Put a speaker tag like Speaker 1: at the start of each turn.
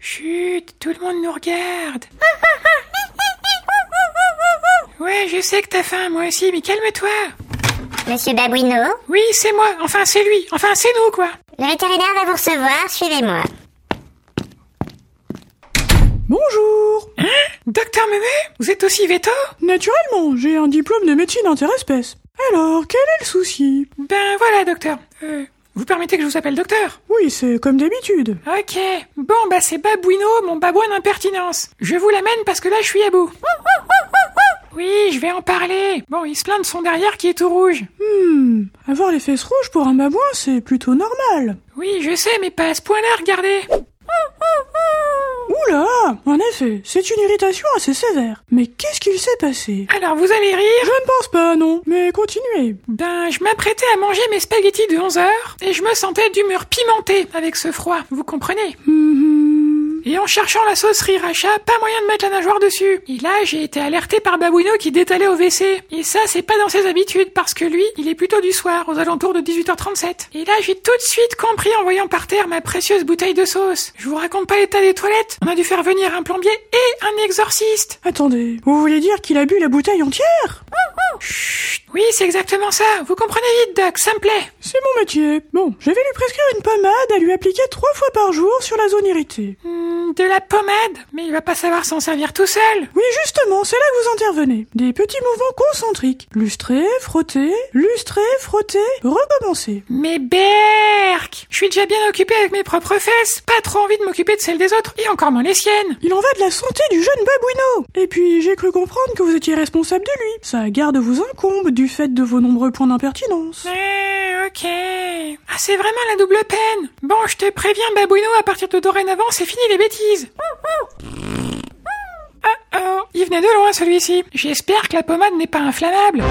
Speaker 1: Chut, tout le monde nous regarde. Ouais, je sais que t'as faim, moi aussi, mais calme-toi.
Speaker 2: Monsieur Babouino,
Speaker 1: Oui, c'est moi, enfin c'est lui, enfin c'est nous, quoi.
Speaker 2: le vétérinaire va vous recevoir, suivez-moi.
Speaker 3: Bonjour
Speaker 1: Docteur Mémé, vous êtes aussi veto
Speaker 3: Naturellement, j'ai un diplôme de médecine interespèce. Alors, quel est le souci
Speaker 1: Ben voilà, docteur. Euh, vous permettez que je vous appelle docteur
Speaker 3: Oui, c'est comme d'habitude.
Speaker 1: Ok. Bon, bah c'est Babouino, mon babouin d'impertinence. Je vous l'amène parce que là, je suis à bout. Oui, je vais en parler. Bon, il se plaint de son derrière qui est tout rouge.
Speaker 3: Hmm, avoir les fesses rouges pour un babouin, c'est plutôt normal.
Speaker 1: Oui, je sais, mais pas à ce point-là, regardez.
Speaker 3: Oula En effet, c'est une irritation assez sévère. Mais qu'est-ce qu'il s'est passé
Speaker 1: Alors, vous allez rire
Speaker 3: Je ne pense pas, non, mais continuez.
Speaker 1: Ben, je m'apprêtais à manger mes spaghettis de 11 heures et je me sentais d'humeur pimentée avec ce froid, vous comprenez
Speaker 3: Hmm,
Speaker 1: Et en cherchant la sauce Riracha, pas moyen de mettre la nageoire dessus. Et là, j'ai été alerté par Babouino qui détalait au WC. Et ça, c'est pas dans ses habitudes, parce que lui, il est plutôt du soir, aux alentours de 18h37. Et là, j'ai tout de suite compris en voyant par terre ma précieuse bouteille de sauce. Je vous raconte pas l'état des toilettes. On a dû faire venir un plombier et un exorciste.
Speaker 3: Attendez, vous voulez dire qu'il a bu la bouteille entière
Speaker 1: Chut. Oui, c'est exactement ça. Vous comprenez vite, Doc, ça me plaît.
Speaker 3: C'est mon métier. Bon, je vais lui prescrire une pommade à lui appliquer trois fois par jour sur la zone irritée.
Speaker 1: Hmm, de la pommade Mais il va pas savoir s'en servir tout seul.
Speaker 3: Oui, justement, c'est là que vous intervenez. Des petits mouvements concentriques. Lustrer, frotter, lustrer, frotter, recommencer.
Speaker 1: Mais Berk Je suis déjà bien occupé avec mes propres fesses, pas trop envie de m'occuper de celles des autres, et encore moins les siennes
Speaker 3: Il en va de la santé du jeune Babouino Et puis, j'ai cru comprendre que vous étiez responsable de lui. Sa garde vous incombe du fait de vos nombreux points d'impertinence.
Speaker 1: Eh, ok... Ah, c'est vraiment la double peine Bon, je te préviens, Babouino, à partir de dorénavant, c'est fini les bêtises Oh oh Il venait de loin, celui-ci J'espère que la pommade n'est pas inflammable